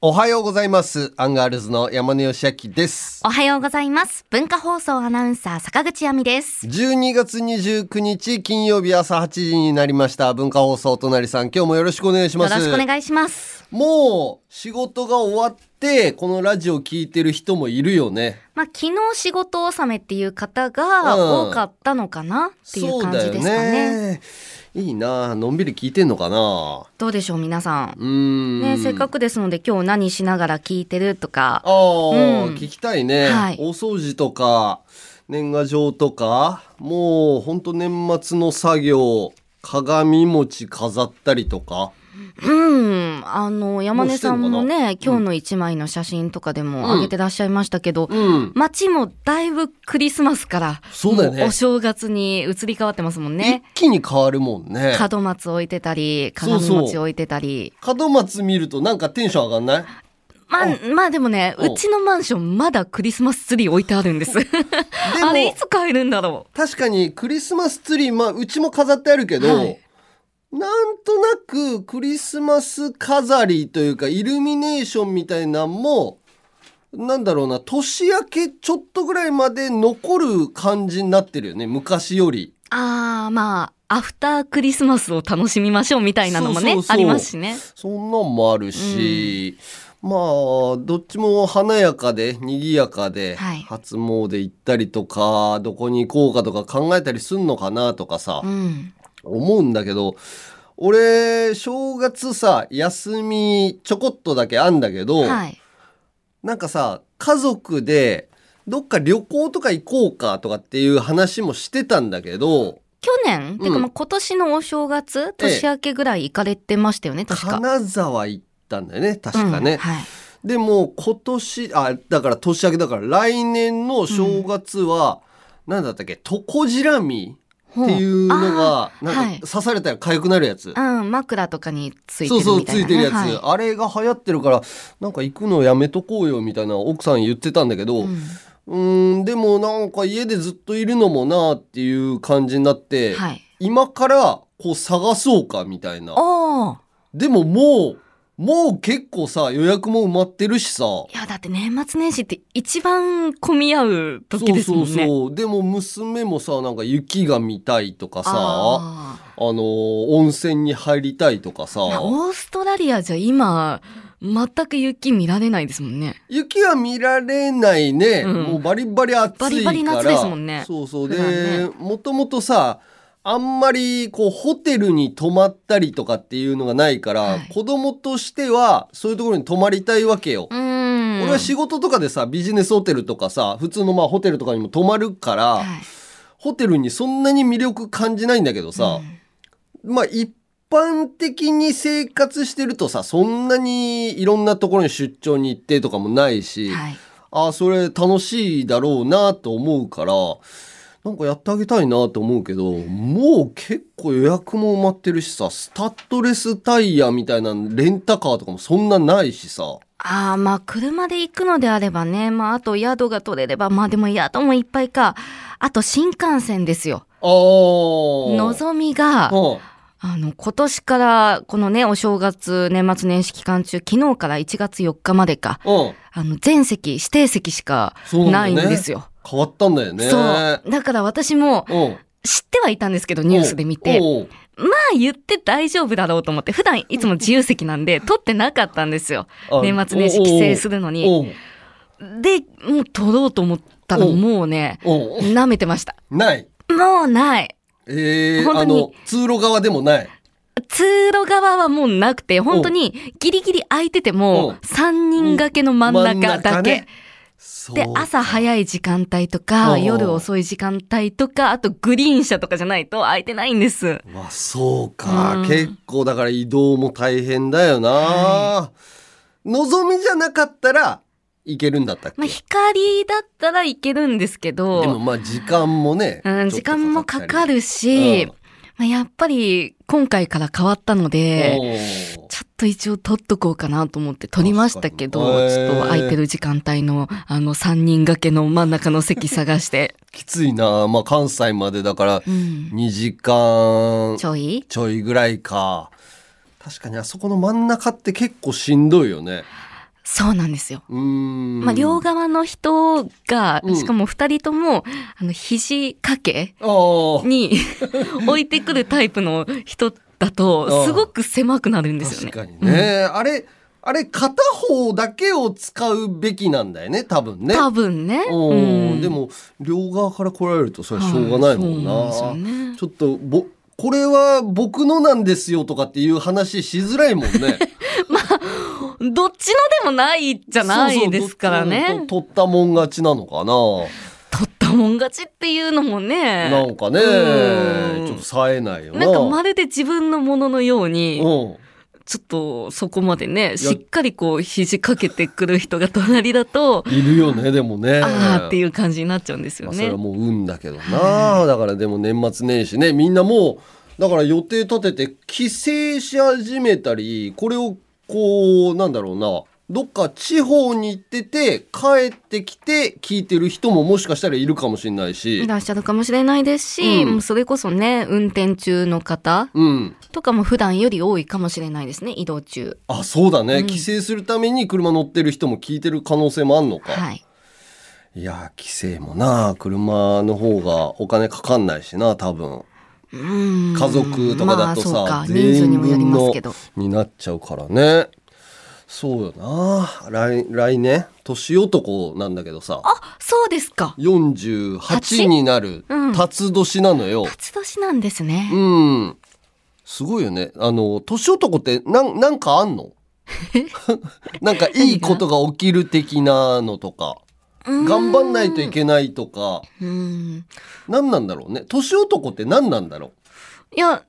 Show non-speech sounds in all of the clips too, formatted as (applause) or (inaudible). おはようございます。アンガールズの山根義明です。おはようございます。文化放送アナウンサー坂口亜美です。 12月29日金曜日朝8時になりました。文化放送隣さん、今日もよろしくお願いしよまろす。しくお願いします。もう仕事が終わって、このラジオ聞いてる人もいるよね。まあ、昨日仕事納めっていう方がうん多かったのかなっていう感じですかね。そうだよね。いいなのんびり聞いてんのかなどうでしょう皆さん。うーん。ね、せっかく。くですので今日何しながら聞いてるとかあ。あ、うん聞きたいね。はい大掃除とか、年賀状とか、もうほんと年末の作業、鏡餅飾ったりとか。うん。あの、山根さんももね、今日の一枚の写真とかでも上げてらっしゃいましたけど、うん。街もだいぶクリスマスから、そうだよねもお正月に移り変わってますもんね。一気に変わるもんね。門松置いてたり、そう鏡そう餅置いてたり。門松見るとなんかテンション上がんないまあ、まあでもね、おうちのマンションまだクリスマスツリー置いてあるんです。あでれいも、つ買えるんだろ確かにクリスマスツリー、まあ、うちも飾ってあるけど、はいなんとなくクリスマス飾りというか、イルミネーションみたいなんも、なんだろうな、年明けちょっとぐらいまで残る感じになってるよね、昔より。う。ああ、まあ、アフタークリスマスを楽しみましょうみたいなのそもね、うそうそうありますしね。そんなんもあるし、まあどっちも華やかで賑やかで、はい初詣行ったりとかどこに行こうかとか考えたりすんのかなとかさ、うん。思うんだけど俺正月さ休みちょこっとだけあんだけど、はい。なんかさ家族でどっか旅行とか行こうかとかっていう話もしてたんだけど去年、てかまあ今年のお正月、年明けぐらい行かれてましたよね、確か。金沢行ったんだよね確かね。うんはい。でも今年あだから年明けだから来年の正月は、なんだったっけトコジラミっていうのあがなんかはい刺されたら痒くなるやつ、ー。うん、枕とかについてそうるそうみつたいな、ね。いてるやつ、はいあれが流行ってるからなんか行くのやめとこうよみたいな奥さん言ってたんだけど、うんうーんでもなんか家でずっといるのもなっていう感じになって、はい。今からこう探そうかみたいなおー。でももうもう結構さ予約も埋まってるしさいや、だって年末年始って一番混み合う時ですもんね。そうそうそうでも娘もさなんか雪が見たいとかさああーのー温泉に入りたいとかさいやオーストラリアじゃ今、全く雪見られないですもんね。雪は見られないね、うんもうバリバリ暑いからバリバリ夏ですもんねそうそう普段でねもともとさあんまりこうホテルに泊まったりとかっていうのがないから、はい子供としてはそういうところに泊まりたいわけよ、うーん。俺は仕事とかでさビジネスホテルとかさ普通のまあホテルとかにも泊まるから、はいホテルにそんなに魅力感じないんだけどさ、まあ一般的に生活してるとさそんなにいろんなところに出張に行ってとかもないうんし、はい。ああそれ楽しいだろうなと思うからなんかやってあげたいなと思うけどもう結構予約も埋まってるしさスタッドレスタイヤみたいなレンタカーとかもそんなないしさああ、まあ、車で行くのであればね、まあ、あと宿が取れれば、まあ、でも宿もいっぱいか。あと、新幹線ですよ。あーのぞみが、はあの、今年から、このね、お正月、年末年始期間中、昨日から1月4日までか、あうんあの、全席、指定席しかそうなないんんだよねですよ。変わったんだよねそう。だから私も、うん知ってはいたんですけど、ニュースで見て。おうおうまあ言って大丈夫だろうと思って、普段いつも自由席なんで、取ってなかったんですよ。あ年末年始おうおうおう帰省するのに。おうで、もう取ろうと思ったらおうもうね、おう舐めてました。ない。もうない。ええ本あ当にの、通路側でもない。通路側はもうなくて、本当にギリギリ空いてておうも、3人掛けの真ん中だけ。ね。そうで、朝早い時間帯とおうか、おう夜遅い時間帯とか、あとグリーン車とかじゃないと空いてないんです。まあ、そうか。うん結構、だから移動も大変だよな。はのぞみじゃなかったら、いけるんだったっけ、まあ光だったらいけるんですけど。でも、まあ、時間もね。うん、時間もかかるし、うんまあ、やっぱり今回から変わったので、ちょっとかかり。ちょっと一応撮っとこうかなと思って撮りましたけ確かど、にちょっと空いてる時間帯のあの3人掛けの真ん中の席探して、おーきついな。まあ、関西までだから、うん、 2時間ちょいちょいぐらいか。確かに、あそこの真ん中って結構しんどいよね。そうなんですよ。うーんまあ、両側の人がうん、しかも二人とも、あの、肘掛けあーに (laughs) 置いてくるタイプの人だと、あすごく狭くなるんですよ確ね。かにね、あれあれ片方だけを使うべきなんだよね多分ね多分ね。うんうんで、も両側から来られるとそれはしょうがないもんな,、はいそうなんですよね。ちょっとぼこれは僕のなんですよとかっていう話しづらいもんねどっちのでもない (laughs) じゃないですからそうそうね。と取ったもん勝ちなのかな取ったもん勝ちっていうのもね。なんかねうんちょっと冴えないよななんかまるで自分のもののように、うんちょっとそこまでね、しっかりこう肘掛けてくる人が隣だと、いるよねでもねああっていう感じになっちゃうんですよまあ、それねは。もう運だけどなだからでも年末年始ねみんなもうだから予定立てて帰省し始めたりこれをこうなんだろうなどっか地方に行ってて帰ってきて聞いてる人ももしかしたらいるかもしれないいし。らっしゃるかもしれないですし、うんもうそれこそね、運転中の方うん、とかも普段より多いかもしれないですね、移動中。あそうだね、うん帰省するために車乗ってる人も聞いてる可能性もあんのか、はい。い、やー帰省もな車の方がお金かかんないしな多分うん家族とかだとさ、まあ、そうか、全員人数にもよります分けどの。になっちゃうからねそうよな来来年年男なんだけどさあ、そうですか。 48八になるうん辰年なのよ、辰年なんですね。うん、すごいよねあの年男ってなんなんかあん (laughs) のなんかいいことが起きる的なのとか頑張んないといけないとかない。うん。何なんだろうね年男って何なんだろいや、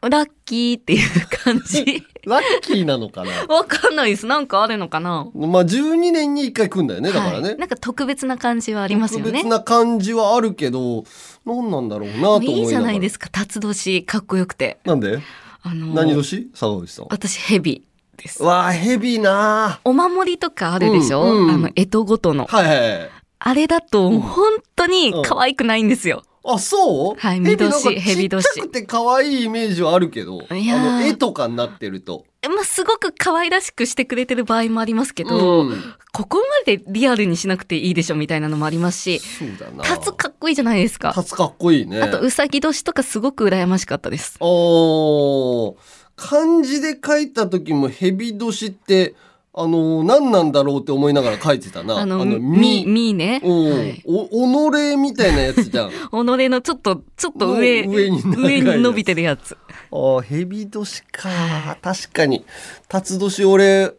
ラッキーっていう感じ。うラッキーなのかなわかんないです。なんかあるのかなまあ12年に1回来んだよねだからね、はいなんか特別な感じはありますよ特ね別。な感じはあるけど何なんだろうなと思いながらいいじゃないですすか、辰年、かっこよくて。なんであのー何年坂口さん私、蛇です。わあヘビーなお守りとかあるでしょ、うんうんあの、えとごとの。はいはいはいあれだと、本当に可愛くないんですよ。あそうはい蛇なんか蛇年蛇年ちっちゃくて可愛いイメージはあるけどあいやーの絵とかになってるとまあ、すごく可愛らしくしてくれてる場合もありますけうど、んここまでリアルにしなくていいでしょみたいなのもありますし、そうだな辰かっこいいじゃないですか。立つかっこいいねあと、うさぎ年とかすごく羨ましかったです。おー漢字で書いた時も蛇年ってあのー何なんだろうって思いながら書いてたなあの、みみ、みね。うんはいお己みたいなやつじゃん (laughs) 己のちょっと、ちょっと上、もう上に長い上やつに伸びてるやつ。ああ、蛇年か。確かに。辰年俺、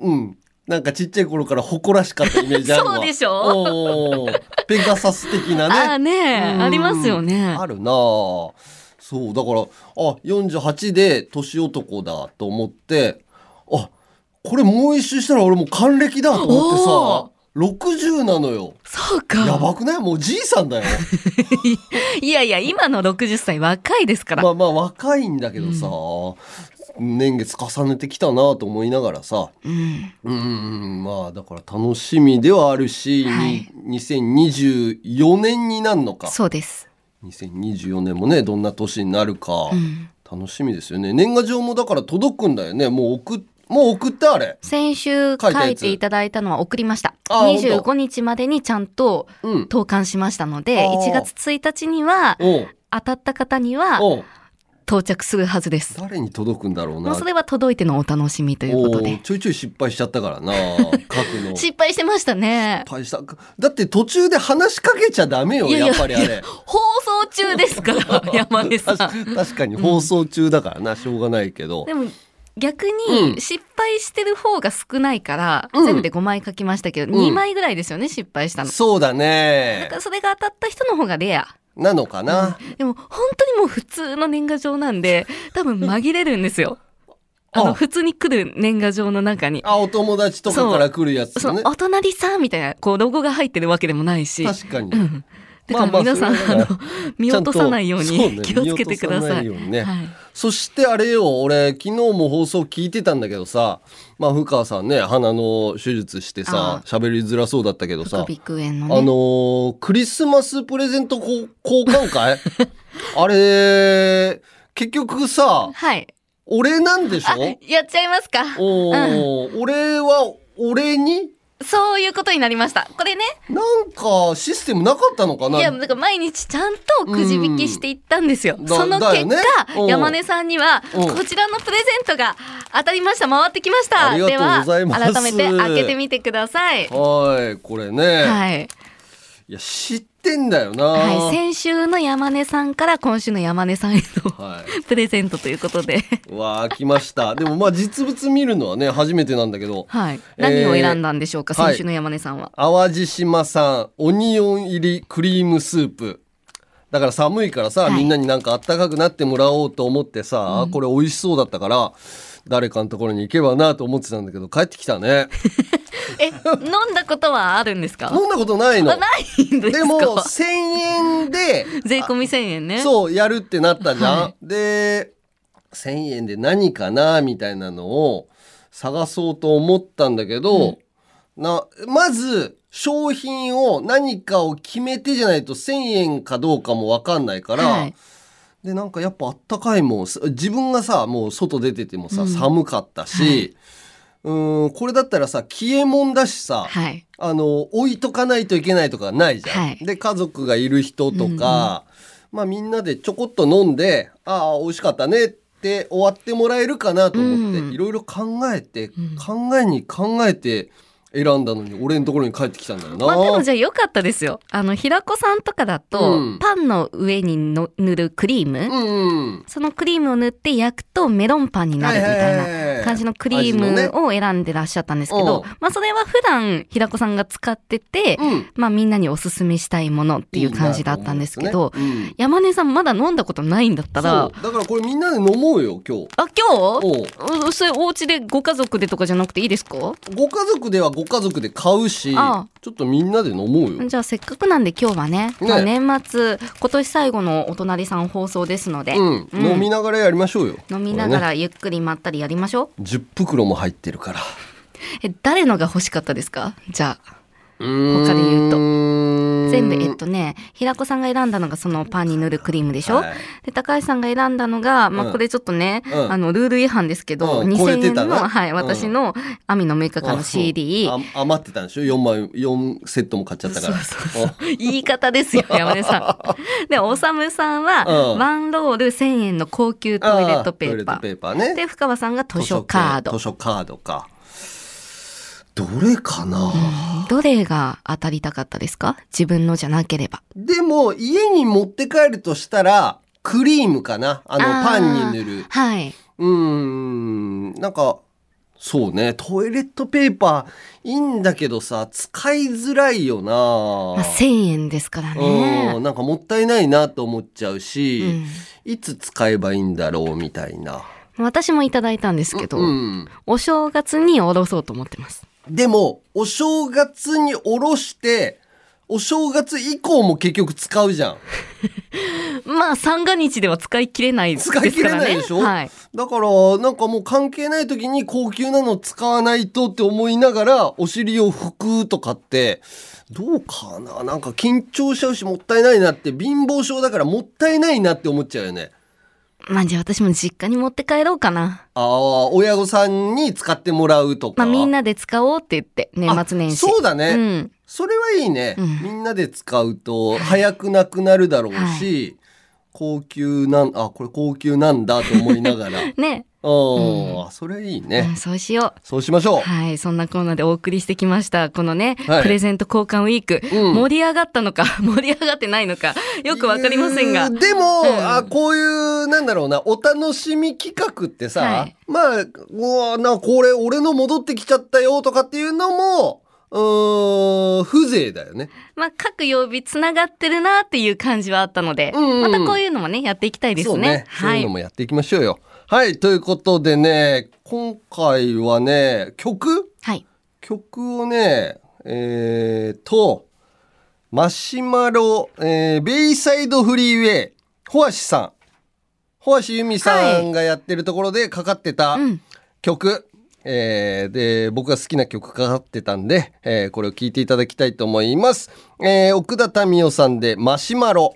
うん。なんかちっちゃい頃から誇らしかったイメージあるわ。 (laughs) そうでしょおーペガサス的なああね。ねうんありますよね。あるなあそう、だから、あ、48で年男だと思って、あ、これもう一周したら俺もう還暦だと思ってさ、60なのよ。そうか。やばくないもうじいさん (laughs) だよ。いやいや、今の60歳若いですから。まあまあ若いんだけどさ、年月重ねてきたなと思いながらさ、うん。うんうんうんまあだから楽しみではあるし、はいに2024年になるのかそうです。 2024年もねどんな年になるか、うん。楽しみですよね年賀状もだから届くんだよねもう送っもう送ったあれ先週書いていただいたのは送りました。あ本当25日までにちゃんとうん投函しましたので、あー1月1日にはおう当たった方にはおう到着するはずです。誰に届くんだろうもなうそれは届いてのお楽しみということおうで。ちょいちょい失敗しちゃったからな (laughs) 書くの失失敗してましたね。敗しただって途中で話しかけちゃダメよいやいややっぱりあれ。放送中ですから、 (laughs) 山根さん。確確かに放送中だからな、しょうがないけどでも逆うんに失敗してる方が少ないから、うん全部で5枚書きましたけど、うん2枚ぐらいですよね失敗したの。そうだねだからそれが当たった人の方がレア。なのかな、でも本当にもう普通の年賀状なんで多分紛れるんですよ。(laughs) ああの普通に来る年賀状の中に。あお友達とかから来るやつそのねお隣さんみたいなこうロゴが入ってるわけでもないし。確かに、うんだから皆さん、まあまああ、の (laughs) 見落とさないようちゃんとそうにね (laughs) 気をつけてくだ見落とささないい。ようにねはいそしてあれよ俺昨日も放送聞いてたんだけどさまあ古川さんね鼻の手術してさあ喋りづらそうだったけどさ副鼻腔炎あのね。のークリスマスプレゼント交交換 (laughs) 会あれ結局さはい。俺なんでしあょやっちゃいますか。おー俺は俺にそういうことになりました。これね、なんかシステムなかったのかいなや、だから毎日ちゃんとくじ引きしていったんですよ。うんだそのだ結よねう果、ん山根さんには、うんこちらのプレゼントが当たりました、回ってきました。ありがとでうごは、ざいます改めて開けてみてください。はいこれね、い、はい。や知ってんだよな、はい、先週の山根さんから今週の山根さんへの (laughs) はいプレゼントということで、うわー来ましたでもまあ実物見るのはね初めてなんだけどはい、えー何を選んだんでしょうか、はい先週の山根さんは。淡路島産オニオン入りクリームスープだから寒いからさ、はいみんなになんかあったかくなってもらおうと思ってさ、これ美味しそうだったから誰かのところに行けばなと思ってたんだけど帰ってきたねえ、飲んだことはあるんですか飲んだことないのあないんですかでも1000円で税込み1000円ね。そうやるってなったじゃん、はで1,000円で何かなみたいなのを探そうと思ったんだけど、なまず商品を何かを決めてじゃないと1,000円かどうかも分かんないから、はいでなんかやっぱあったかいもんす自分がさもう外出ててもさ、うん寒かったし、うーんこれだったらさ消えもんだしさ、はい。あの置いとかないといけないとかないじゃん。はいで家族がいる人とか、まあ、みんなでちょこっと飲んで「ああ美味しかったね」って終わってもらえるかなと思って、うんいろいろ考えて、ん考えに考えて選んだのに俺のところに帰ってきたんだよな。まあでもじゃあ良かったですよ。あの、平子さんとかだと、うんパンの上にの塗るクリーム、うんそのクリームを塗って焼くとメロンパンになるみたいな感じのクリームを選んでらっしゃったんですけど、味のまあそれは普段平子さんが使ってて、うん、っまあみんなにおすすめしたいものっていう感じだったんですけど、うん山根さんまだ飲んだことないんだったら、あそうだからこれみんなで飲もうよ今日。今日おううんそれお家でご家族でとかじゃなくていいですかご家族ではご家族で買うしああちょっとみんなで飲もうよ。じゃあせっかくなんで今日はね、ねまあ年末今年最後のお隣さん放送ですので、うん、うん飲みながらやりましょうよ。飲みながこらゆっくりまったりやりましょれね。10袋も入ってるから。う。え誰のが欲しかったですかじゃあ他で言うとと全部えっとね平子さんが選んだのがそのパンに塗るクリームでしょ、はいで高橋さんが選んだのが、まうんあ、これちょっとね、うんあのルール違反ですけど、うん超え2000て円たの、なはい、うん私の「アミの6日間」の CD、余ってたんでしょ4枚四セットも買っちゃったからそうそ (laughs) うそう言い方ですよ山根さん。でおさむさんは、うんワンロール1000円の高級トイレットペーパあトイレットペーパー。ーねで深場さんが図書カード図書カードかどれかな、どれが当たりたかったですか自分のじゃなければでも家に持って帰るとしたらクリームかなあのあーパンに塗るはい、うーんなんかそうねトイレットペーパーいいんだけどさ使いづらいよまあ、な1000円ですからうんね、なんかもったいないなと思っちゃうし、うんいつ使えばいいんだろうみたいな。私もいただいたんですけど、うん、お正月におろそうと思ってますでもお正月におろしてお正月以降も結局使うじゃん。まあ三が日では使い切れないですか使らねい切れないでしょはい、だからなんかもう関係ない時に高級なの使わないとって思いながらお尻を拭くとかってどうかななんか緊張しちゃうしもったいないなって貧乏症だからもったいないなって思っちゃうよね。まあじゃあ私も実家に持って帰ろうかなああ親御さんに使ってもらうとか。まあみんなで使おうって言って年末年始あそうだね。うん、それはいいね、うんみんなで使うと早くなくなるだろうし、高級なんあこれ高級なんだと思いなが (laughs) らうんね、あそれいいね、うんそうしよそうしましょうう。はい、そんなコーナーでお送りしてきました。このね、はいプレゼント交換ウィーク、うん盛り上がったのか、 (laughs) 盛り上がってないのか、よくわかりませんがう。でも、うんあこういうなんだろうなお楽しみ企画ってさ、はいまあうわなこれ俺の戻ってきちゃったよとかっていうのもうーん風情だよねまあ、各曜日つながってるなっていう感じはあったので、うんうんまたこういうのもね、やっていきたいですそうね。ね、そうはいういの。もやっていきましょうよはいということでね今回はね曲はい。曲をね、えー、と、マシュマロ、えーベイサイドフリーウェイ、ホアシさん。ホアシユミさんがやってるところでかかってたうん。曲。えーで、僕が好きな曲かかってたんで、えーこれを聴いていただきたいと思います。えー奥田民生さんでマシュマロ。